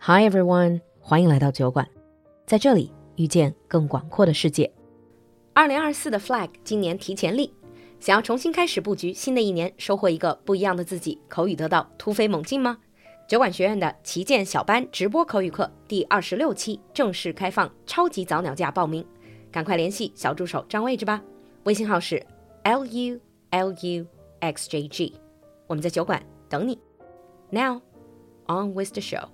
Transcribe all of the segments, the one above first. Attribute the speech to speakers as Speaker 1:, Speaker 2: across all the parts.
Speaker 1: Hi everyone，欢迎来到酒馆，在这里遇见更广阔的世界。二零二四的 flag 今年提前立，想要重新开始布局新的一年，收获一个不一样的自己，口语得到突飞猛进吗？酒馆学院的旗舰小班直播口语课第二十六期正式开放，超级早鸟价报名，赶快联系小助手占位置吧，微信号是 l u l u x j g，我们在酒馆等你。Now on with the show.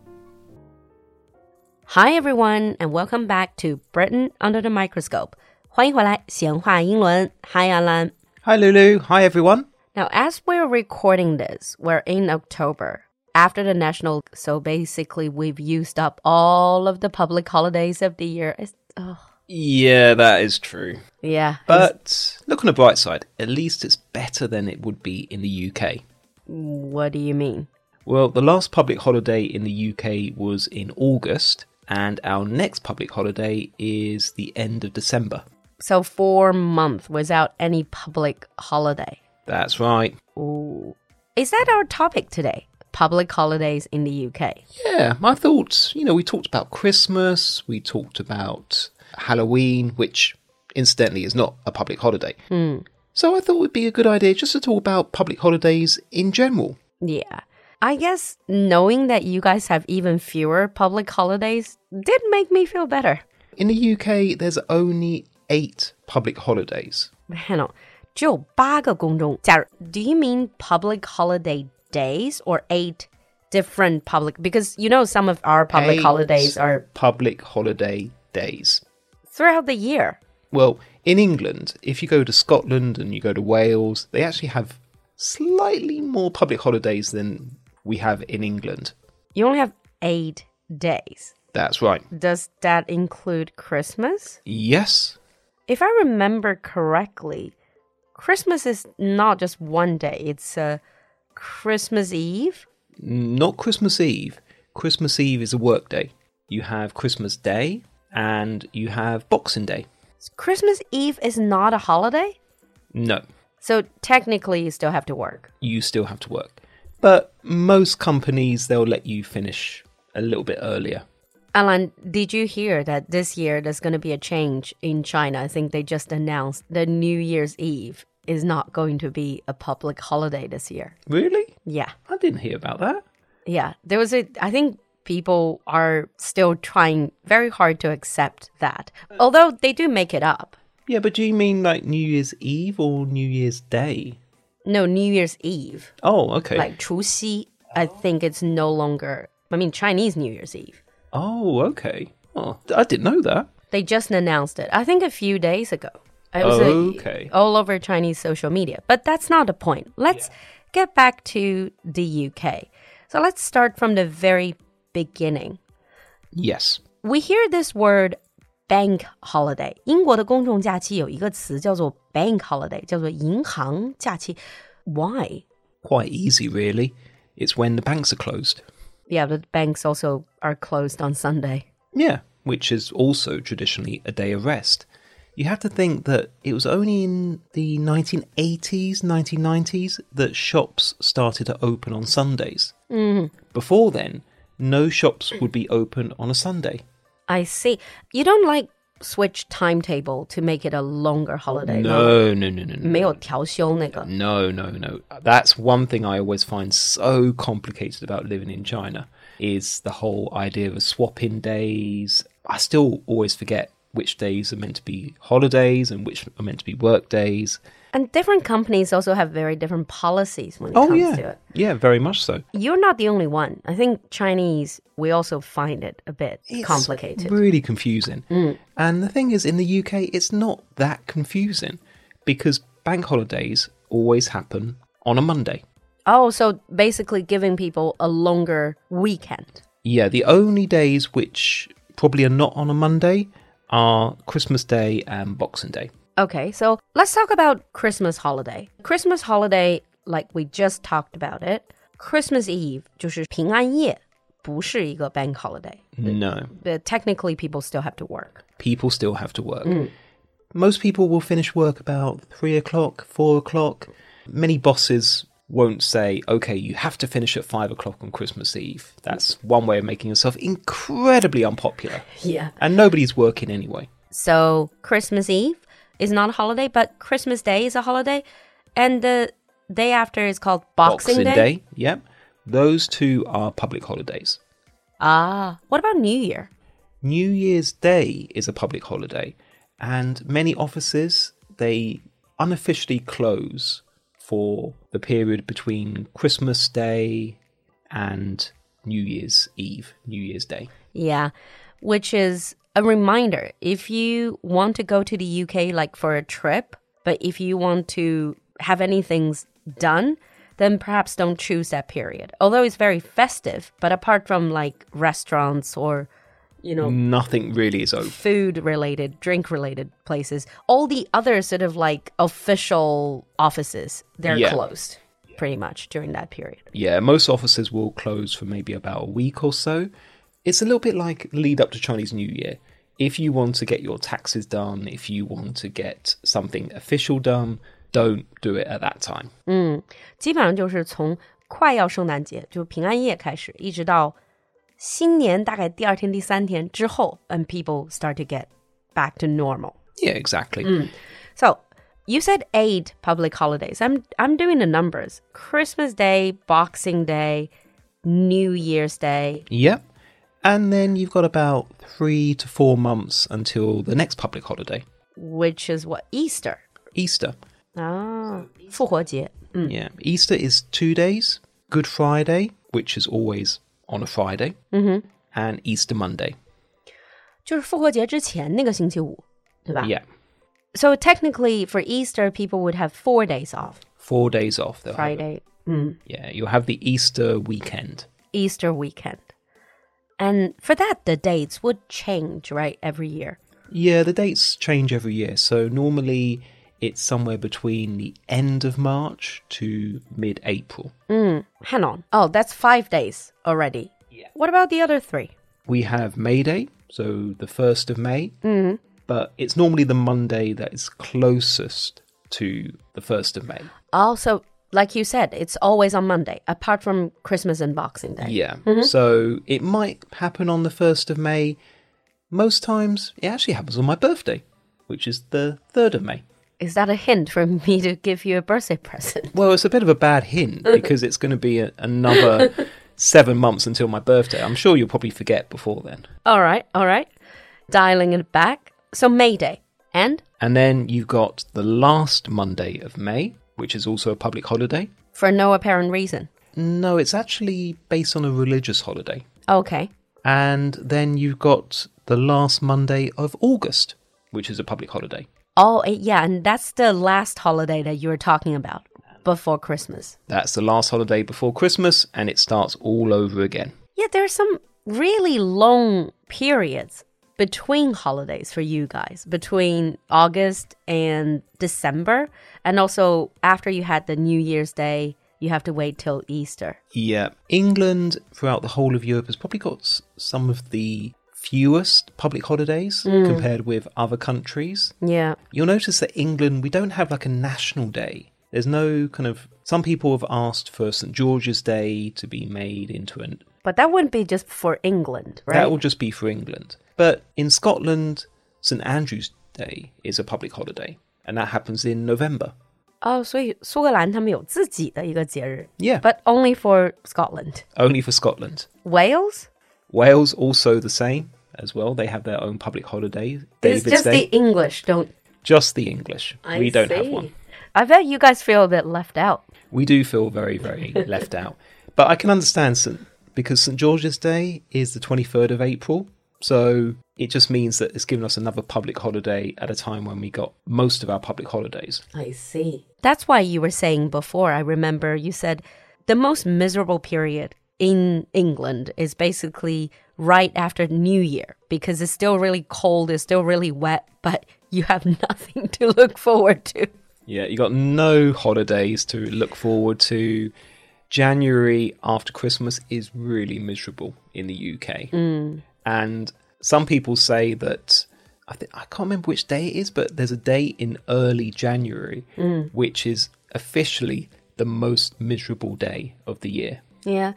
Speaker 1: Hi everyone and welcome back to Britain under the microscope. 欢迎回来，闲话英伦。Hi Alan.
Speaker 2: Hi, Lulu. Hi, everyone.
Speaker 1: Now, as we're recording this, we're in October after the national. So basically, we've used up all of the public holidays of the year. It's, oh,
Speaker 2: Yeah, that is true.
Speaker 1: yeah. it's-
Speaker 2: But look on the bright side. At least it's better than it would be in the UK.
Speaker 1: what do you mean?
Speaker 2: Well, the last public holiday in the UK was in August, and our next public holiday is the end of December.
Speaker 1: So four months without any public holiday.
Speaker 2: That's right.
Speaker 1: Ooh. Is that our topic today? Public holidays in the UK.
Speaker 2: Yeah, my thoughts. You know, we talked about Christmas, we talked about Halloween, which incidentally is not a public holiday. So I thought it would be a good idea just to talk about public holidays in general.
Speaker 1: Yeah. I guess knowing that you guys have even fewer public holidays did make me feel better.
Speaker 2: In the UK, there's only eight public holidays.
Speaker 1: Hang on. 只有八个公众假日. Do you mean public holiday days or eight different public? Because you know some of our public
Speaker 2: Eight
Speaker 1: holidays are
Speaker 2: public holiday days.
Speaker 1: throughout the year.
Speaker 2: Well, in England, if you go to Scotland and you go to Wales, they actually have slightly more public holidays than we have in England.
Speaker 1: You only have eight days.
Speaker 2: That's right.
Speaker 1: Does that include Christmas?
Speaker 2: Yes.
Speaker 1: If I remember correctly, Christmas is not just one day. It's uh, Christmas Eve.
Speaker 2: Not Christmas Eve. Christmas Eve is a work day. You have Christmas Day and you have Boxing Day.
Speaker 1: Christmas Eve is not a holiday,
Speaker 2: No,
Speaker 1: so technically you still have to work.
Speaker 2: you still have to work. But most companies, they'll let you finish a little bit earlier.
Speaker 1: Alan, did you hear that this year there's going to be a change in China? I think they just announced that New Year's Eve is not going to be a public holiday this year.
Speaker 2: Really?
Speaker 1: Yeah.
Speaker 2: I didn't hear about that.
Speaker 1: Yeah. There was a, I think people are still trying very hard to accept that, although they do make it up.
Speaker 2: Yeah, but do you mean like New Year's Eve or New Year's Day?
Speaker 1: No, New Year's Eve,
Speaker 2: Oh, okay.
Speaker 1: like 除夕, I think it's no longer, I mean, Chinese New Year's Eve.
Speaker 2: oh, okay. Oh, I didn't know that.
Speaker 1: They just announced it, I think a few days ago. It was uh,
Speaker 2: Okay.
Speaker 1: all over Chinese social media. But that's not the point. Let's get back to the UK. So let's start from the very beginning.
Speaker 2: Yes.
Speaker 1: We hear this word bank holiday. 英国的公众假期有一个词叫做 bank holiday，叫做银行假期。Why?
Speaker 2: Quite easy, really. It's when the banks are closed.
Speaker 1: Yeah, the banks also are closed on Sunday.
Speaker 2: Yeah, which is also traditionally a day of rest. You have to think that it was only in the 1980s, 1990s that shops started to open on Sundays. Before then, no shops would be open on a Sunday.
Speaker 1: I see. You don't like switch timetable to make it a longer holiday.
Speaker 2: No, no, no, no, no.
Speaker 1: 没有调休那个。
Speaker 2: No, no, no. That's one thing I always find so complicated about living in China is the whole idea of swapping days. I still always forget which days are meant to be holidays and which are meant to be work days.
Speaker 1: And different companies also have very different policies when it
Speaker 2: Oh
Speaker 1: comes
Speaker 2: yeah.
Speaker 1: to it.
Speaker 2: Yeah, very much so.
Speaker 1: You're not the only one. I think Chinese, we also find it a bit complicated.
Speaker 2: Really confusing. And the thing is in the UK it's not that confusing because bank holidays always happen on a Monday.
Speaker 1: Oh, so basically giving people a longer weekend.
Speaker 2: Yeah, the only days which probably are not on a Monday are Christmas Day and Boxing Day.
Speaker 1: Okay, so let's talk about Christmas holiday. Christmas holiday, like we just talked about it, Christmas Eve 就是平安夜，不是一个 bank holiday.
Speaker 2: No,
Speaker 1: But technically, people still have to work.
Speaker 2: people still have to work. Most people will finish work about three o'clock, four o'clock. Many bosses won't say, okay, you have to finish at five o'clock on Christmas Eve. That's one way of making yourself incredibly unpopular.
Speaker 3: Yeah.
Speaker 2: And nobody's working anyway.
Speaker 1: So Christmas Eve is not a holiday, but Christmas Day is a holiday, and the day after is called Boxing,
Speaker 2: Day. Yep. Those two are public holidays.
Speaker 1: Ah, what about New Year?
Speaker 2: New Year's Day is a public holiday, and many offices they unofficially close for the period between Christmas Day and New Year's Eve, New Year's Day.
Speaker 1: Yeah, which is a reminder if you want to go to the UK like for a trip, but if you want to have anything done, then perhaps don't choose that period. Although it's very festive, but apart from like restaurants or you know
Speaker 2: Nothing really is open.
Speaker 1: food related, drink related places, all the other sort of like official offices, they're
Speaker 2: Yeah.
Speaker 1: closed pretty much during that period.
Speaker 2: Yeah, most offices will close for maybe about a week or so. It's a little bit like lead up to Chinese New Year. If you want to get your taxes done, if you want to get something official done, don't do it at that time.
Speaker 1: 基本上就是从快要圣诞节，就是平安夜开始，一直到新年大概第二天、第三天之后，and people start to get back to normal.
Speaker 2: Yeah, exactly.
Speaker 1: So you said eight public holidays. I'm I'm doing the numbers: Christmas Day, Boxing Day, New Year's Day.
Speaker 2: Yep. And then you've got about three to four months until the next public holiday,
Speaker 1: Which is what Easter
Speaker 2: Easter.
Speaker 1: 啊，复活节。
Speaker 2: Yeah. Easter is two days Good Friday, which is always on a Friday, and Easter Monday.
Speaker 1: 就是复活节之前那个星期五，对吧
Speaker 2: Yeah.
Speaker 1: So technically, for Easter, people would have four days off.
Speaker 2: Four days off. they'll have it.
Speaker 1: Friday, 嗯
Speaker 2: Yeah. You'll have the Easter weekend.
Speaker 1: Easter weekend. And for that, the dates would change, right, every year.
Speaker 2: Yeah. The dates change every year. So normally it's somewhere between the end of March to mid April.
Speaker 1: Hang on. Oh, that's five days already. Yeah. What about the other three?
Speaker 2: we have May Day, so the 1st of May, but it's normally the Monday that is closest to the 1st of May.
Speaker 1: Also, like you said, it's always on Monday, apart from Christmas and Boxing Day.
Speaker 2: Yeah. So it might happen on the 1st of May. Most times it actually happens on my birthday, which is the 3rd of May.
Speaker 1: Is that a hint for me to give you a birthday present?
Speaker 2: Well, it's a bit of a bad hint because it's going to be a, another seven months until my birthday. I'm sure you'll probably forget before then.
Speaker 1: all right, all right. Dialing it back. So, May Day. And
Speaker 2: And then you've got the last Monday of May, which is also a public holiday.
Speaker 1: for no apparent reason.
Speaker 2: No, it's actually based on a religious holiday.
Speaker 1: Okay.
Speaker 2: And then you've got the last Monday of August, which is a public holiday.
Speaker 1: Oh, eh, yeah, and that's the last holiday that you were talking about before Christmas.
Speaker 2: That's the last holiday before Christmas, and it starts all over again.
Speaker 1: Yeah, there are some really long periods between holidays for you guys, between August and December. And also, after you had the New Year's Day, you have to wait till Easter.
Speaker 2: Yeah. England, throughout the whole of Europe, has probably got s- some of the fewest public holidays compared with other countries.
Speaker 1: Yeah.
Speaker 2: You'll notice that England, we don't have like a national day. There's no kind of. Some people have asked for St. George's Day to be made into an
Speaker 1: But that wouldn't be just for England, right?
Speaker 2: That will just be for England. But in Scotland, St Andrew's Day is a public holiday, and that happens in November.
Speaker 1: 哦，所以苏格兰他们有自己的一个节日
Speaker 2: Yeah.
Speaker 1: but only for Scotland,
Speaker 2: Only for Scotland.
Speaker 1: Wales.
Speaker 2: Wales also the same as well. They have their own public holiday,
Speaker 1: It's
Speaker 2: David's
Speaker 1: just
Speaker 2: Day.
Speaker 1: the English don't
Speaker 2: Just the English.
Speaker 3: I
Speaker 2: we don't have
Speaker 3: see.
Speaker 2: one.
Speaker 1: I bet you guys feel a bit left out.
Speaker 2: We do feel very, very left out. But I can understand St. because St George's Day is the 23rd of April. So it just means that it's given us another public holiday at a time when we got most of our public holidays.
Speaker 3: I see.
Speaker 1: That's why you were saying before, I remember you said the most miserable period in England is basically right after New Year because it's still really cold, it's still really wet, but you have nothing to look forward to.
Speaker 2: Yeah, you got no holidays to look forward to. January after Christmas is really miserable in the UK. And some people say that I think I can't remember which day it is, but there's a day in early January which is officially the most miserable day of the year.
Speaker 1: Yeah.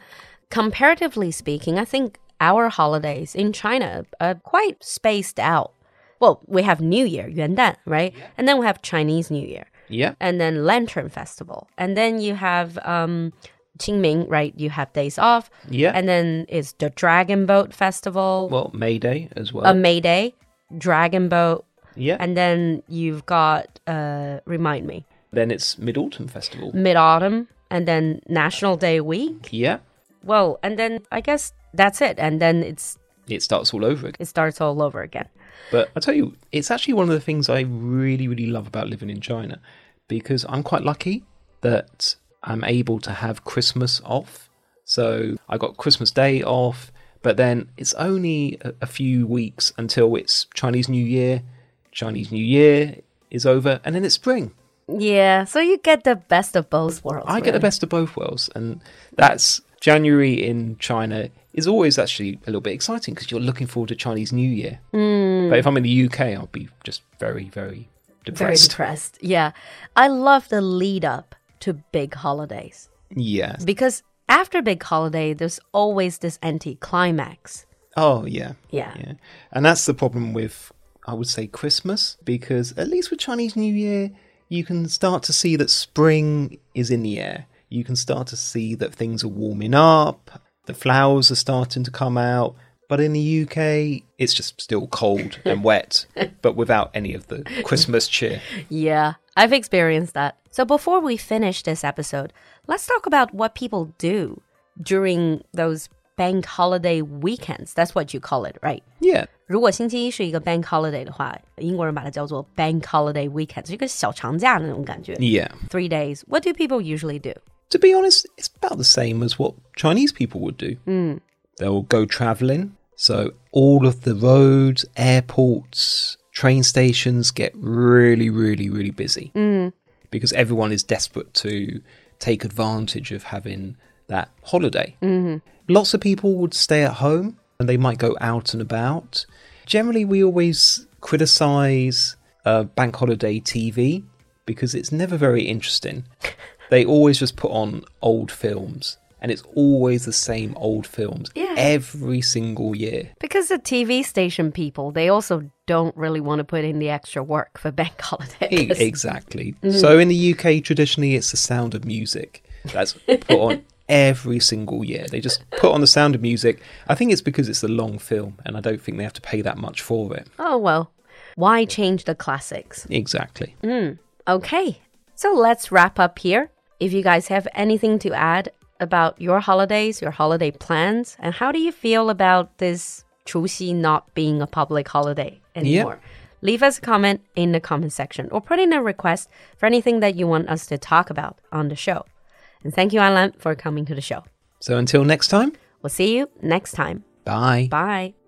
Speaker 1: Comparatively speaking, I think our holidays in China are quite spaced out. Well, we have New Year, Yuan right? And then we have Chinese New Year,
Speaker 2: Yeah.
Speaker 1: and then Lantern Festival. And then you have um, Qingming, right? You have days off.
Speaker 2: Yeah.
Speaker 1: And then it's the Dragon Boat Festival,
Speaker 2: Well, May Day as well.
Speaker 1: a May Day, Dragon Boat.
Speaker 2: yeah.
Speaker 1: Um, And then you've got, uh, remind me,
Speaker 2: then it's Mid Autumn Festival.
Speaker 1: Mid Autumn, and then National Day Week.
Speaker 2: yeah.
Speaker 1: Well, and then I guess that's it. And then it's
Speaker 2: It starts all over again.
Speaker 1: it starts all over again.
Speaker 2: But I tell you, it's actually one of the things I really, really love about living in China because I'm quite lucky that I'm able to have Christmas off. So I got Christmas Day off, but then it's only a, a few weeks until it's Chinese New Year. Chinese New Year is over, and then it's spring.
Speaker 1: Yeah, so you get the best of both worlds.
Speaker 2: I get the
Speaker 1: really.
Speaker 2: best of both worlds, and that's January in China is always actually a little bit exciting because you're looking forward to Chinese New Year. But if I'm in the UK, I'll be just very, Hmm.
Speaker 1: very
Speaker 2: very depressed.
Speaker 1: depressed. Yeah, I love the lead up to big holidays
Speaker 2: yeah.
Speaker 1: because after big holiday, there's always this anticlimax.
Speaker 2: Oh, yeah.
Speaker 1: Yeah.
Speaker 2: Yeah. And that's the problem with, I would say, Christmas because at least with Chinese New Year, you can start to see that spring is in the air. You can start to see that things are warming up, the flowers are starting to come out. But in the UK, it's just still cold and wet, but without any of the Christmas cheer.
Speaker 1: Yeah, I've experienced that. So before we finish this episode, let's talk about what people do during those bank holiday weekends. That's what you call it, right?
Speaker 2: Yeah.
Speaker 1: 如果星期一是一个 bank holiday 的话，英国人把它叫做 bank holiday weekend，是一个小长假的那种感觉。
Speaker 2: Yeah.
Speaker 1: Three days. What do people usually do?
Speaker 2: To be honest, it's about the same as what Chinese people would do. They'll go traveling. So all of the roads, airports, train stations get really, really, really busy because everyone is desperate to take advantage of having that holiday. Lots of people would stay at home and they might go out and about. Generally, we always criticize uh, bank holiday TV because it's never very interesting. they always just put on old films and it's always the same old films
Speaker 1: Yeah.
Speaker 2: every single year.
Speaker 1: Because the TV station people, they also don't really want to put in the extra work for bank
Speaker 2: E-
Speaker 1: holidays.
Speaker 2: Exactly. So in the UK, traditionally, it's the sound of music that's put on every single year. They just put on the sound of music. I think it's because it's a long film, and I don't think they have to pay that much for it.
Speaker 1: oh well, why change the classics?
Speaker 2: Exactly.
Speaker 1: Okay, so let's wrap up here. If you guys have anything to add about your holidays, your holiday plans, and how do you feel about this 除夕 not being a public holiday anymore? Leave us a comment in the comment section or put in a request for anything that you want us to talk about on the show. And thank you, Alan, for coming to the show.
Speaker 2: So until next time,
Speaker 1: We'll see you next time.
Speaker 2: bye.
Speaker 1: Bye.